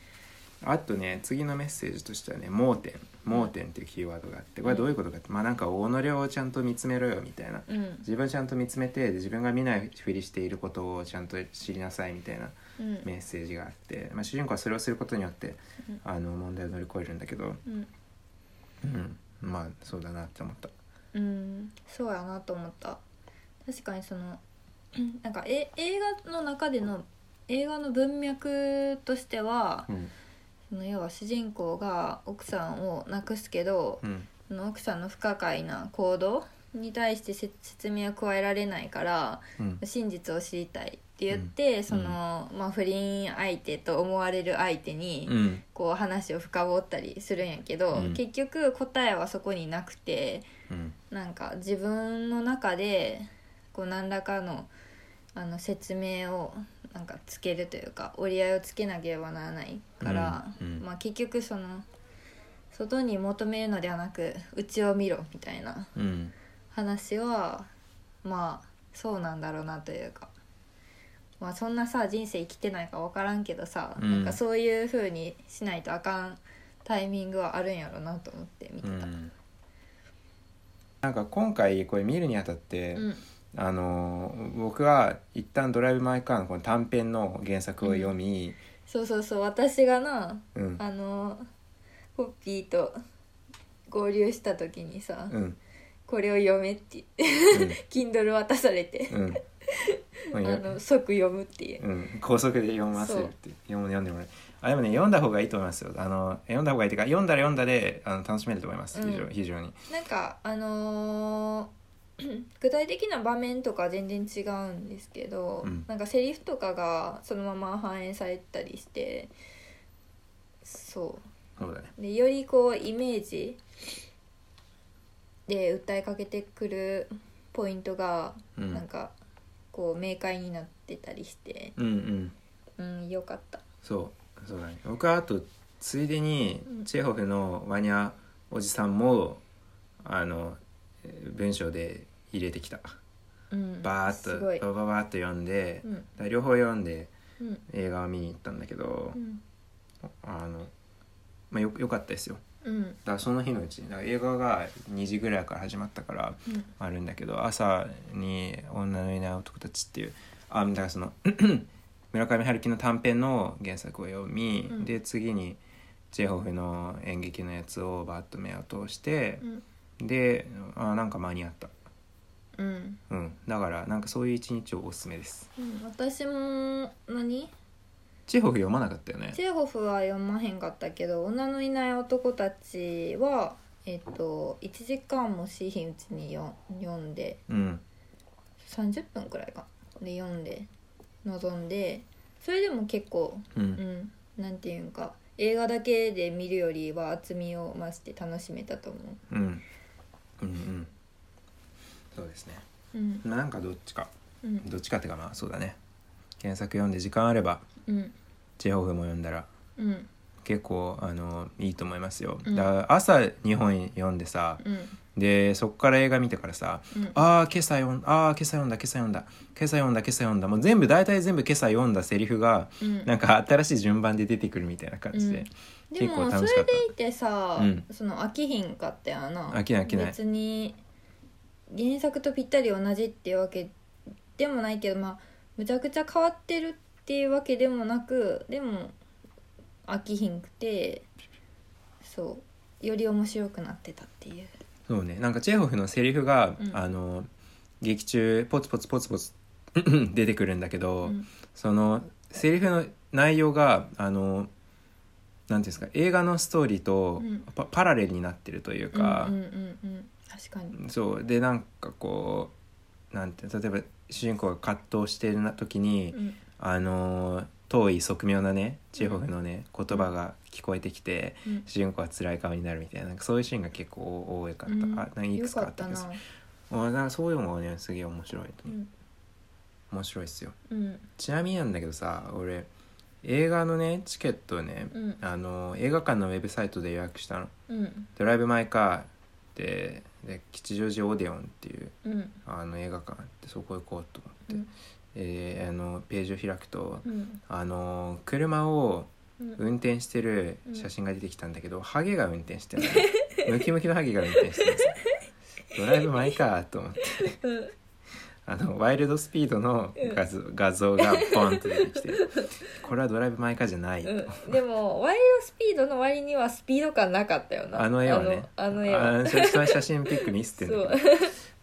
Speaker 1: あとね次のメッセージとしてはね「盲点」「盲点」っていうキーワードがあってこれはどういうことかって、まあなんか己をちゃんと見つめろよみたいな
Speaker 2: うん
Speaker 1: 自分ちゃんと見つめて自分が見ないふりしていることをちゃんと知りなさいみたいな
Speaker 2: うん
Speaker 1: メッセージがあって、まあ、主人公はそれをすることによって
Speaker 2: うん
Speaker 1: あの問題を乗り越えるんだけど、
Speaker 2: うん、
Speaker 1: うん、まあそうだなって思った。
Speaker 2: うん、そうやなと思った確かにその うんなんかえ映画の中での映画の文脈としては、
Speaker 1: うん
Speaker 2: その要は主人公が奥さんを亡くすけど、
Speaker 1: うん
Speaker 2: その奥さんの不可解な行動に対してせ説明を加えられないから
Speaker 1: うん
Speaker 2: 真実を知りたいってって言って、その、まあ、不倫相手と思われる相手に、
Speaker 1: うん
Speaker 2: こう話を深掘ったりするんやけど、
Speaker 1: うん
Speaker 2: 結局答えはそこになくて
Speaker 1: うん
Speaker 2: なんか自分の中でこう何らかのあの説明をなんかつけるというか折り合いをつけなければならないから、
Speaker 1: うんうん
Speaker 2: まあ、結局その外に求めるのではなくうちを見ろみたいな
Speaker 1: うん
Speaker 2: 話はまあそうなんだろうなというか、まあ、そんなさ人生生きてないか分からんけどさ、
Speaker 1: うん
Speaker 2: なんかそういう風にしないとあかんタイミングはあるんやろなと思って見て
Speaker 1: う
Speaker 2: た。
Speaker 1: んなんか今回これ見るにあたって、
Speaker 2: うん
Speaker 1: あのー僕は一旦ドライブ・マイ・カー」のこの短編の原作を読み、
Speaker 2: そうそうそう私がな
Speaker 1: うんうん
Speaker 2: あのホッピーと合流した時にさ、
Speaker 1: うん
Speaker 2: これを読めって言って Kindle 渡されて、
Speaker 1: うんまあ
Speaker 2: あ
Speaker 1: よ
Speaker 2: の即読むっていう、
Speaker 1: うん、高速で読ませるって読む読んでもらえあでもね読んだ方がいいと思いますよあの読んだ方がいいっていうか読んだら読んだであの楽しめると思います非常,、
Speaker 2: うん
Speaker 1: 非常に
Speaker 2: なんかあのー具体的な場面とか全然違うんですけど、
Speaker 1: うん
Speaker 2: なんかセリフとかがそのまま反映されたりしてそう
Speaker 1: そうだね
Speaker 2: でよりこうイメージで訴えかけてくるポイントが
Speaker 1: うん
Speaker 2: なんかこう明快になってたりして
Speaker 1: うんうん
Speaker 2: うんよかった
Speaker 1: そうそうだね僕はあとついでに
Speaker 2: うん
Speaker 1: チェホフのワニャおじさんもあのえー文章で入れてきた
Speaker 2: うん
Speaker 1: バー
Speaker 2: す
Speaker 1: ッと
Speaker 2: ごい
Speaker 1: ババババーッと読んで、
Speaker 2: うん
Speaker 1: だから両方読んで
Speaker 2: うん
Speaker 1: 映画を見に行ったんだけど、
Speaker 2: うん
Speaker 1: あの、まあ、よよかったですよ
Speaker 2: うん
Speaker 1: だからその日のうちにだから映画が2時ぐらいから始まったから
Speaker 2: うん
Speaker 1: あるんだけど朝に「女のいない男たち」っていうあだからその 村上春樹の短編の原作を読み、
Speaker 2: うん
Speaker 1: で次にジェホフの演劇のやつをバーッと目を通して
Speaker 2: う、ん
Speaker 1: であなんか間に合った、
Speaker 2: うん
Speaker 1: うん、だからなんかそういう一日をおすすめです
Speaker 2: うん私も何
Speaker 1: ジェホフ読まなかったよね
Speaker 2: チェーホフは読まへんかったけど「女のいない男たちは」えっと1時間もしひんうちに読読んで
Speaker 1: うん
Speaker 2: 30分くらいかで読んで臨んでそれでも結構
Speaker 1: う
Speaker 2: うんんなんていうんか映画だけで見るよりは厚みを増して楽しめたと思
Speaker 1: うんうんうんそうですね
Speaker 2: ううん
Speaker 1: なんかどっちか
Speaker 2: うん
Speaker 1: どっちかっていうかまあそうだね原作読んで時間あれば
Speaker 2: うん
Speaker 1: ジェホフも読んだら
Speaker 2: うん
Speaker 1: 結構あのいいと思いますよ、
Speaker 2: うん
Speaker 1: だから朝2本読んでさ
Speaker 2: うん
Speaker 1: でそっから映画見てからさ
Speaker 2: うん
Speaker 1: 「ああ今朝読んああ今朝読んだ今朝読んだ今朝読んだ今朝読んだ」もう全部大体全部今朝読んだセリフが
Speaker 2: うん
Speaker 1: なんか新しい順番で出てくるみたいな感じで、
Speaker 2: で
Speaker 1: 結構
Speaker 2: もそ
Speaker 1: 楽
Speaker 2: れ
Speaker 1: しかった
Speaker 2: でいてさ、
Speaker 1: うん
Speaker 2: その飽きひんかったよな
Speaker 1: 飽きない飽きない
Speaker 2: 別に原作とぴったり同じっていうわけでもないけどまあむちゃくちゃ変わってるっていうわけでもなくでも飽きひんくてそうより面白くなってたっていう
Speaker 1: そうねなんかチェーホフのセリフが、
Speaker 2: うん
Speaker 1: あの劇中ポツポツポツ ポツ出てくるんだけど、
Speaker 2: うん
Speaker 1: そのセリフの内容があのなんていうんですか映画のストーリーと
Speaker 2: うん
Speaker 1: パ,、パラレルになってるというか
Speaker 2: うんう、んうんうん確かに
Speaker 1: そうでなんかこうなんて例えば主人公が葛藤してるな時に、
Speaker 2: うん
Speaker 1: あの遠い側妙なねチェーホフのね、言葉が聞こえてきて
Speaker 2: うん
Speaker 1: 主人公は辛い顔になるみたいななんかそういうシーンが結構多いかった、
Speaker 2: うん
Speaker 1: あなんかい
Speaker 2: よ
Speaker 1: くつか
Speaker 2: か
Speaker 1: あっ
Speaker 2: ったた
Speaker 1: けど
Speaker 2: な
Speaker 1: あなんかそういうのがねすげえ面白い、
Speaker 2: うん
Speaker 1: 面白いっすよ
Speaker 2: うん
Speaker 1: ちなみになんだけどさ俺映画のねチケットをね、
Speaker 2: うん
Speaker 1: あの映画館のウェブサイトで予約したの
Speaker 2: うん
Speaker 1: 「ドライブ・マイ・カーで」で吉祥寺オーデオンっていう
Speaker 2: うん
Speaker 1: あの映画館あってそこ行こうと思って、
Speaker 2: うん
Speaker 1: えーあのページを開くと、
Speaker 2: うん
Speaker 1: あの車を
Speaker 2: うん
Speaker 1: 運転してる写真が出てきたんだけど、ハゲが運転してるのねムキムキのハゲが運転してるんで すよドライブ・マイ・カーと思って
Speaker 2: うん
Speaker 1: あのワイルドスピードの画像,、画像がボンと出てきて これはドライブ・マイ・カーじゃないと、
Speaker 2: うん、でもワイルドスピードの割にはスピード感なかったよな
Speaker 1: あの絵はね
Speaker 2: あのあの絵は
Speaker 1: あそその写真ピック見せてんだけど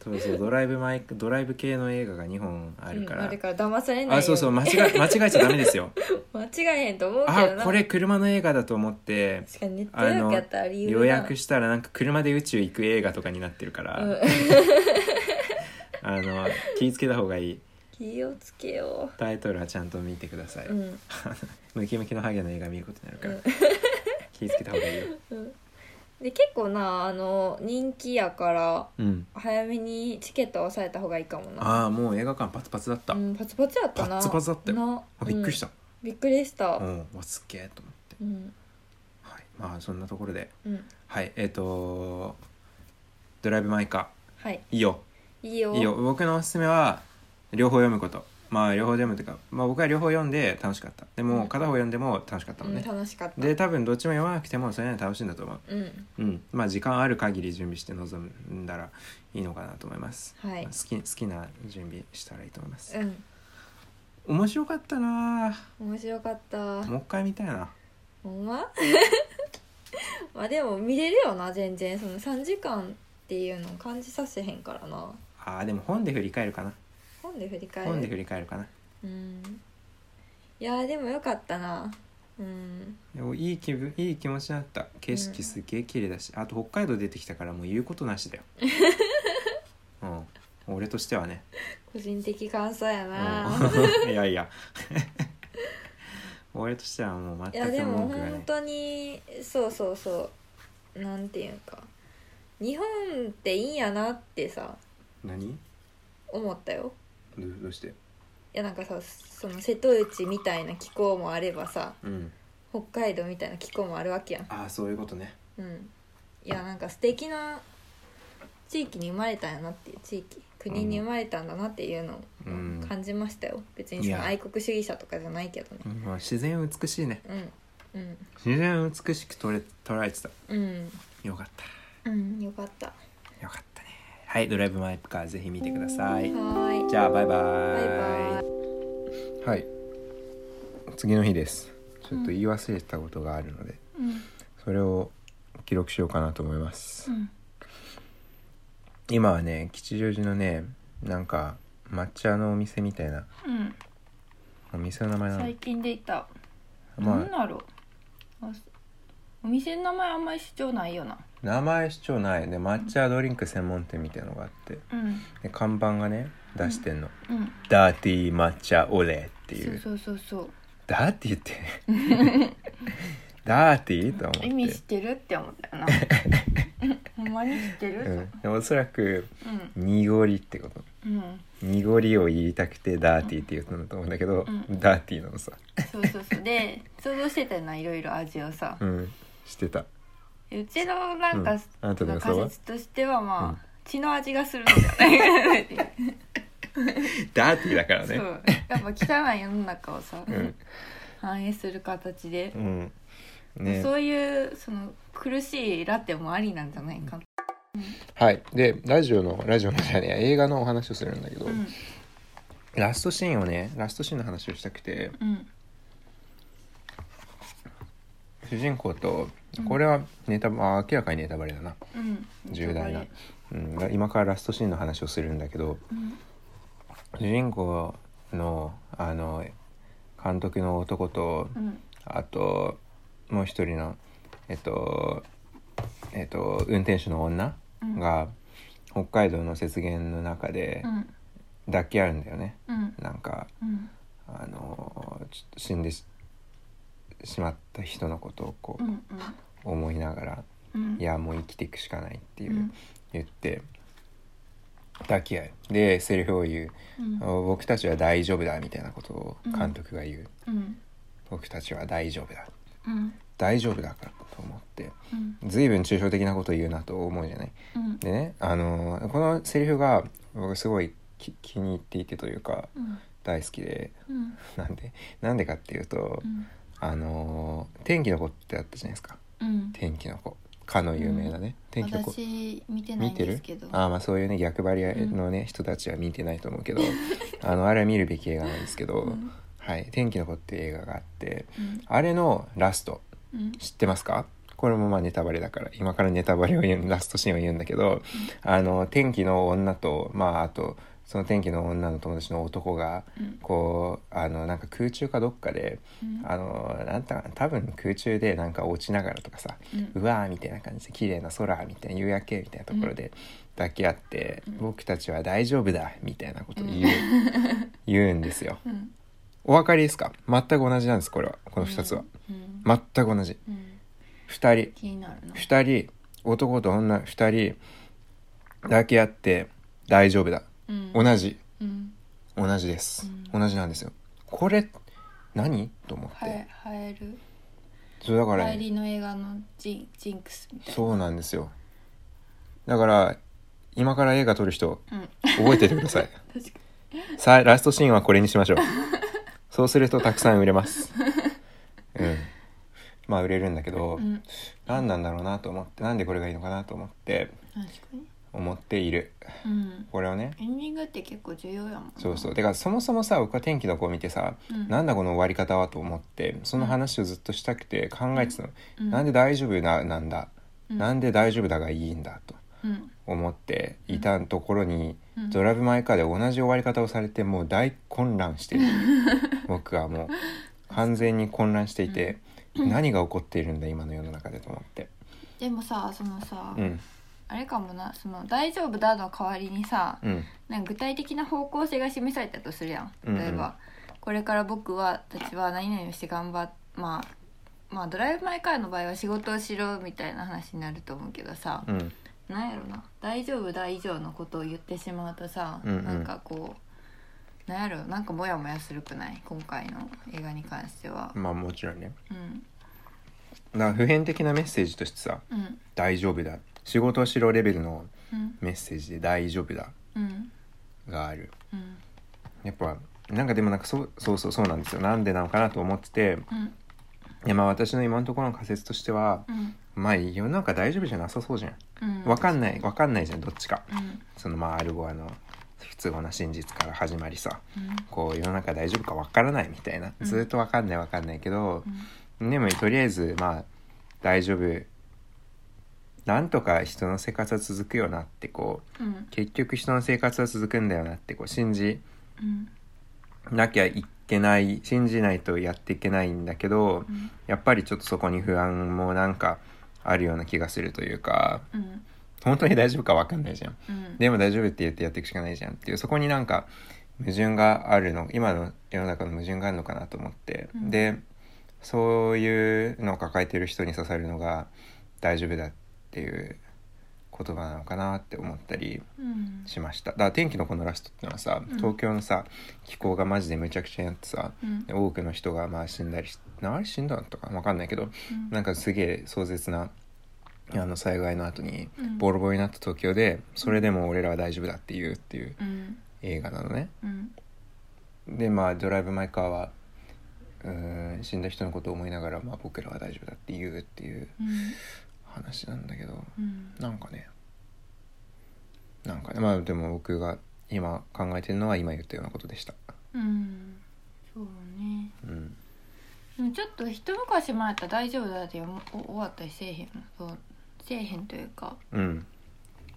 Speaker 1: そうそうドライブマイドライブ系の映画が2本あるか
Speaker 2: うん、
Speaker 1: ら、
Speaker 2: あれから騙されないよ
Speaker 1: あそうそう間違え間違えちゃダメです よ
Speaker 2: 間違えへんと思うけど
Speaker 1: あ
Speaker 2: な
Speaker 1: これ車の映画だと思って
Speaker 2: 確かにネット予約やったら理由
Speaker 1: 予約
Speaker 2: し
Speaker 1: したらなんか車で宇宙行く 映画とかになってるから、
Speaker 2: うん
Speaker 1: あの気ぃつけた方がいい
Speaker 2: 気をつけよ
Speaker 1: タイトルはちゃんと見てください、
Speaker 2: ううん
Speaker 1: ムキムキのハゲの映画見ることになるから、
Speaker 2: うん
Speaker 1: 気ぃつけた方がいいよ
Speaker 2: うんで結構なあの人気やから
Speaker 1: うん
Speaker 2: 早めにチケットは押さえた方がいいかもな
Speaker 1: ああもう映画館パツパツだった、
Speaker 2: うん、パツパツやったな
Speaker 1: パツパツだったよ
Speaker 2: な
Speaker 1: あびっくりし
Speaker 2: うん
Speaker 1: た、
Speaker 2: びっくりした
Speaker 1: うん、わすっげえと思って、
Speaker 2: うん
Speaker 1: はい、まあそんなところで
Speaker 2: うん
Speaker 1: はいえっ、とドライブ・マイ・カ
Speaker 2: はい
Speaker 1: ー」いいよ
Speaker 2: いいよ
Speaker 1: いいよ僕のおすすめは両方読むことまあ両方読むというか、まあ、僕は両方読んで楽しかったで
Speaker 2: う
Speaker 1: も
Speaker 2: ん
Speaker 1: 片方読んでも楽しかった
Speaker 2: う
Speaker 1: の
Speaker 2: ん、
Speaker 1: ね、
Speaker 2: 楽しかった
Speaker 1: で多分どっちも読まなくてもそれなりに楽しいんだと思う
Speaker 2: うん
Speaker 1: うんまあ時間ある限り準備して臨んだらいいのかなと思います、
Speaker 2: はい
Speaker 1: まあ好き好きな準備したらいいと思います
Speaker 2: うん
Speaker 1: 面白かったな
Speaker 2: 面白かった
Speaker 1: もう一回見たいな
Speaker 2: ほんま まあでも見れるよな全然その3時間っていうのを感じさせへんからな
Speaker 1: あーでも本で振り返るかな
Speaker 2: 本で振り返る
Speaker 1: 本で振り返るかな
Speaker 2: うんいやーでもよかったなうん
Speaker 1: でもいい気分いい気持ちになった景色すげえ綺麗だし、あと北海道出てきたからもう言うことな しだようん俺としてはね、
Speaker 2: 個人的感想や
Speaker 1: う
Speaker 2: な、
Speaker 1: ん、い やいや俺としてはもう
Speaker 2: いや
Speaker 1: 全
Speaker 2: で
Speaker 1: く
Speaker 2: も
Speaker 1: 文句がな
Speaker 2: 本
Speaker 1: い
Speaker 2: 当にそうそうそうなんていうんか日本っていいんやなってさ
Speaker 1: 何
Speaker 2: 思ったよ
Speaker 1: どどうして
Speaker 2: いやなんかさその瀬戸内みたいな気候もあればさ
Speaker 1: うん
Speaker 2: 北海道みたいな気候もあるわけやん
Speaker 1: ああそういうことね
Speaker 2: うんいやなんか素敵な地域に生まれたんやなっていう地域国に生まれたんだなっていうの
Speaker 1: うん
Speaker 2: を感じましたよ、別に
Speaker 1: い
Speaker 2: そ
Speaker 1: や
Speaker 2: の愛国主義者とかじゃないけどね
Speaker 1: うんまあ自然美しいね
Speaker 2: うんうん
Speaker 1: 自然美しく捉れ捉えてた
Speaker 2: うん
Speaker 1: よかった
Speaker 2: うんよかった
Speaker 1: よかったねはいドライブ・マイ・カーぜひ見てください
Speaker 2: はーい
Speaker 1: じゃあバイバ
Speaker 2: バイ
Speaker 1: イ
Speaker 2: バイ
Speaker 1: はい次の日ですちょっと言い忘れてたことがあるので、
Speaker 2: うん
Speaker 1: それを記録しようかなと思います、
Speaker 2: ん
Speaker 1: 今はね吉祥寺のねなんか抹茶のお店みたいな
Speaker 2: うん
Speaker 1: お店の名前なの
Speaker 2: 最近でいた、
Speaker 1: ま
Speaker 2: 何
Speaker 1: あ
Speaker 2: だろうあお店の名前あんまり主張ないよな
Speaker 1: 名前主張ないで抹茶ドリンク専門店みたいのがあって
Speaker 2: うん
Speaker 1: で看板がね出してんの、
Speaker 2: うん
Speaker 1: ダーティー抹茶オレっていう
Speaker 2: そうそうそうそう
Speaker 1: ダーティー ってダーティーと思って
Speaker 2: 意味知ってるって思 ったよなほんまに知ってる
Speaker 1: うん、おそらく
Speaker 2: うん
Speaker 1: 濁りってこと
Speaker 2: うん
Speaker 1: 濁りを言いたくてダーティーって言ったんだと思うんだけど、
Speaker 2: うん
Speaker 1: ダーティーなのさ
Speaker 2: そうそうそうで想像してたよないろいろ味をさ
Speaker 1: うんしてた
Speaker 2: うちのなんか、
Speaker 1: うんあなたの予想
Speaker 2: 仮
Speaker 1: は
Speaker 2: 説としてはまあ、
Speaker 1: うん
Speaker 2: 血の味がするのじゃないかな
Speaker 1: ダーティーだから
Speaker 2: そう
Speaker 1: ね
Speaker 2: やっぱ汚い世の中をさ、
Speaker 1: うん
Speaker 2: 反映する形で
Speaker 1: う、んね
Speaker 2: そういうその苦しいラテもありなんじゃないか
Speaker 1: はいでラジオのラジオのじゃねえ映画のお話をするんだけど、
Speaker 2: うん
Speaker 1: ラストシーンをねラストシーンの話をしたくて
Speaker 2: うん
Speaker 1: 主人公とこれはネタ、あ明らかにネタバレだな
Speaker 2: うん
Speaker 1: 重大な、うん、今からラストシーンの話をするんだけど
Speaker 2: うん
Speaker 1: 主人公のあの監督の男と
Speaker 2: うん
Speaker 1: あともう一人のえっとえっと運転手の女
Speaker 2: うん
Speaker 1: が北海道の雪原の中で
Speaker 2: うん
Speaker 1: 抱き合うんだよね、
Speaker 2: うん
Speaker 1: なんか
Speaker 2: うん
Speaker 1: あのちょっと死んでししまった人のことをこ
Speaker 2: うん
Speaker 1: う思いながら、
Speaker 2: うん
Speaker 1: いやもう生きていくしかないっていう、
Speaker 2: うん
Speaker 1: 言って抱き合いでセリフを言う、
Speaker 2: うん
Speaker 1: 僕たちは大丈夫だみたいなことを監督が言う、
Speaker 2: うん
Speaker 1: 僕たちは大丈夫だ
Speaker 2: うん
Speaker 1: 大丈夫だからと思って
Speaker 2: うん
Speaker 1: 随分抽象的なことを言うなと思うじゃない。
Speaker 2: うん
Speaker 1: でねあのこのセリフが僕すごいき気に入っていてというか
Speaker 2: うん
Speaker 1: 大好きで
Speaker 2: うん
Speaker 1: なんでなんでかっていうと、
Speaker 2: うん
Speaker 1: あの天気の子ってあったじゃないですか
Speaker 2: うん
Speaker 1: 天気の子かの有名なね、天気の子
Speaker 2: 私見てな
Speaker 1: 見
Speaker 2: いん
Speaker 1: て
Speaker 2: で
Speaker 1: る
Speaker 2: すけど
Speaker 1: あーまあそういうね逆張りのね、人たちは見てないと思うけど あのあれは見るべき映画なんですけど「
Speaker 2: うん
Speaker 1: はい、天気の子」っていう映画があって
Speaker 2: うん
Speaker 1: あれのラスト
Speaker 2: うん
Speaker 1: 知ってますかこれもまあネタバレだから今からネタバレを言うラストシーンを言うんだけど、あの天気の女とまああとその天気の女の友達の男が
Speaker 2: うん
Speaker 1: こうあのなんか空中かどっかで
Speaker 2: うん
Speaker 1: あのなんた多分空中でなんか落ちながらとかさ
Speaker 2: うん
Speaker 1: うわーみたいな感じで綺麗な空みたいな夕焼けみたいなところで抱き合って、
Speaker 2: うん
Speaker 1: 僕たちは大丈夫だみたいなことを言う、 言うんですよ
Speaker 2: うん
Speaker 1: お分かりですか全く同じなんですこれはこの2つは、
Speaker 2: うん
Speaker 1: 全く同じ
Speaker 2: うん
Speaker 1: 2人
Speaker 2: 気になるな
Speaker 1: 二人男と女二人抱き合って大丈夫だ
Speaker 2: うん
Speaker 1: 同じ
Speaker 2: うん
Speaker 1: 同じです、
Speaker 2: うん
Speaker 1: 同じなんですよこれ何と思って、
Speaker 2: ははえる
Speaker 1: そうだから
Speaker 2: 入りの映画のジンジンクスみたい
Speaker 1: そうなんですよだから今から映画撮る人
Speaker 2: なうん
Speaker 1: 覚えててください
Speaker 2: 確か
Speaker 1: さあラストシーンはこれにしましょうそうするとたくさん売れますうんまあ売れるんだけど、
Speaker 2: にうん
Speaker 1: 何なんだろうなと思ってなんでこれがいいのかなと思って
Speaker 2: 確かに
Speaker 1: 思っている
Speaker 2: うん
Speaker 1: これをね
Speaker 2: エンディングって結構重要やもんな
Speaker 1: そうそうだからそもそもさ僕は天気の子を見てさ、
Speaker 2: うん
Speaker 1: なんだこの終わり方はと思ってその話をずっとしたくて考えてたの、
Speaker 2: うん
Speaker 1: なんで大丈夫ななんだ、
Speaker 2: うん
Speaker 1: なんで大丈夫だがいいんだと
Speaker 2: うん
Speaker 1: 思っていたところに、
Speaker 2: うん
Speaker 1: ドライブ・マイ・カーで同じ終わり方をされてもう大混乱して る僕はもう完全に混乱していて、何が起こっているんだ今の世の中でと思って、
Speaker 2: でもさそのさ、
Speaker 1: うん
Speaker 2: あれかもなその「大丈夫だ」の代わりにさ、
Speaker 1: うん
Speaker 2: なんか具体的な方向性が示されたとするやん
Speaker 1: うんうん
Speaker 2: 例えば、これから僕はたちは何々をして頑張っまあまあドライブ・マイ・カーの場合は仕事をしろみたいな話になると思うけどさ、
Speaker 1: うん
Speaker 2: なんやろな「大丈夫だ」以上のことを言ってしまうとさ、
Speaker 1: うんうん
Speaker 2: なんかこうなんやろなんかモヤモヤするくない今回の映画に関しては。
Speaker 1: まあもちろんね
Speaker 2: うん
Speaker 1: だから普遍的なメッセージとしてさ
Speaker 2: うん
Speaker 1: 「大丈夫だ」仕事をしろレベルの
Speaker 2: うん
Speaker 1: メッセージで「大丈夫だ」
Speaker 2: うん
Speaker 1: がある
Speaker 2: うん
Speaker 1: やっぱなんかでもなんかそうそうそうそうなんですよなんでなのかなと思ってて
Speaker 2: うん
Speaker 1: いやまあ私の今のところの仮説としては
Speaker 2: うん
Speaker 1: まあ世の中大丈夫じゃなさそうじゃん
Speaker 2: うん
Speaker 1: わかんないわかんないじゃんどっちか
Speaker 2: うん
Speaker 1: そのまあアルゴアの普通な真実から始まりさ
Speaker 2: うん
Speaker 1: こう世の中大丈夫かわからないみたいな
Speaker 2: うん
Speaker 1: ずっとわかんないわかんないけど
Speaker 2: うん
Speaker 1: でもとりあえずまあ大丈夫なんとか人の生活は続くよなってこう
Speaker 2: うん
Speaker 1: 結局人の生活は続くんだよなってこう信じ
Speaker 2: うん
Speaker 1: なきゃいけない信じないとやっていけないんだけど
Speaker 2: うん
Speaker 1: やっぱりちょっとそこに不安もなんかあるような気がするというか
Speaker 2: うん
Speaker 1: 本当に大丈夫か分かんないじゃん
Speaker 2: うん
Speaker 1: でも大丈夫って言ってやっていくしかないじゃんっていうそこになんか矛盾があるの今の世の中の矛盾があるのかなと思って、
Speaker 2: うん
Speaker 1: でそういうのを抱えてる人に刺さるのが大丈夫だっていう言葉なのかなって思ったり
Speaker 2: うん
Speaker 1: しましただから天気のこのラストってのはさ
Speaker 2: うん
Speaker 1: 東京のさ気候がマジでむちゃくちゃやってさ
Speaker 2: うん
Speaker 1: で多くの人がまあ死んだりしあれ死んだのとか分かんないけど
Speaker 2: うん
Speaker 1: なんかすげえ壮絶なあの災害の後に
Speaker 2: うん
Speaker 1: ボロボロになった東京でそれでも俺らは大丈夫だっていうっていう
Speaker 2: うん
Speaker 1: 映画なのね
Speaker 2: うん
Speaker 1: でまあ「ドライブ・マイ・カーは」うーん死んだ人のことを思いながら、まあ、僕らは大丈夫だって言うっていう
Speaker 2: うん
Speaker 1: 話なんだけど
Speaker 2: うん
Speaker 1: なんかねなんかねまあでも僕が今考えてるのは今言ったようなことでした
Speaker 2: うんそうね
Speaker 1: うん
Speaker 2: でもちょっと一昔前やったら大丈夫だって思終わったりせえへんそうせえへんというか
Speaker 1: うん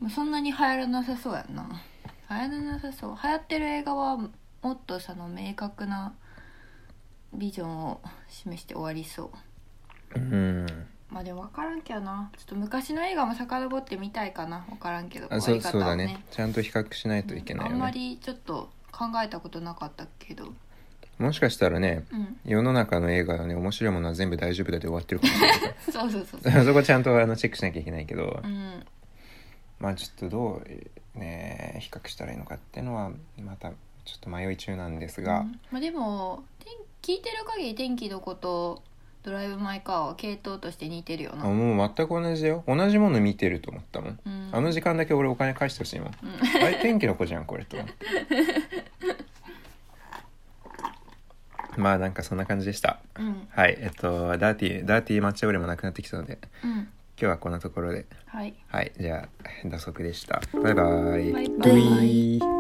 Speaker 2: もうそんなに流行らなさそうやんな流行らなさそう流行ってる映画はもっとその明確なビジョンを示して終わりそう
Speaker 1: うん
Speaker 2: まあでも分からんけどなちょっと昔の映画も遡ってみたいかな分からんけど
Speaker 1: あ
Speaker 2: 終
Speaker 1: そ
Speaker 2: わ
Speaker 1: う
Speaker 2: り
Speaker 1: そう
Speaker 2: 方
Speaker 1: だ
Speaker 2: を
Speaker 1: ねちゃんと比較しないといけない
Speaker 2: あん
Speaker 1: よ
Speaker 2: ま
Speaker 1: ね
Speaker 2: りちょっと考えたことなかったけど
Speaker 1: もしかしたらね
Speaker 2: うん
Speaker 1: 世の中の映画はね面白いものは全部大丈夫だで終わってるかもしれない
Speaker 2: そうそうそ うそう
Speaker 1: そこちゃんとあのチェックしなきゃいけないけど、
Speaker 2: うん
Speaker 1: まあちょっとどうえーね比較したらいいのかっていうのはまたちょっと迷い中なんですが、
Speaker 2: うんまあ、でも天聞いてる限り天気のことドライブ・マイ・カーは系統として似てるよ
Speaker 1: あ
Speaker 2: なうん
Speaker 1: もう全く同じだよ同じもの見てると思ったもん、あの時間だけ俺お金返してほしいもん、あれ天気の子じゃんこれと思ってまあなんかそんな感じでした
Speaker 2: うん
Speaker 1: はいえっとダーティーダーティー抹茶オレもなくなってきたので
Speaker 2: うん
Speaker 1: 今日はこんなところで
Speaker 2: はい
Speaker 1: はいじゃあ打足でしたバイバイ
Speaker 2: バイ
Speaker 4: バイ
Speaker 1: イ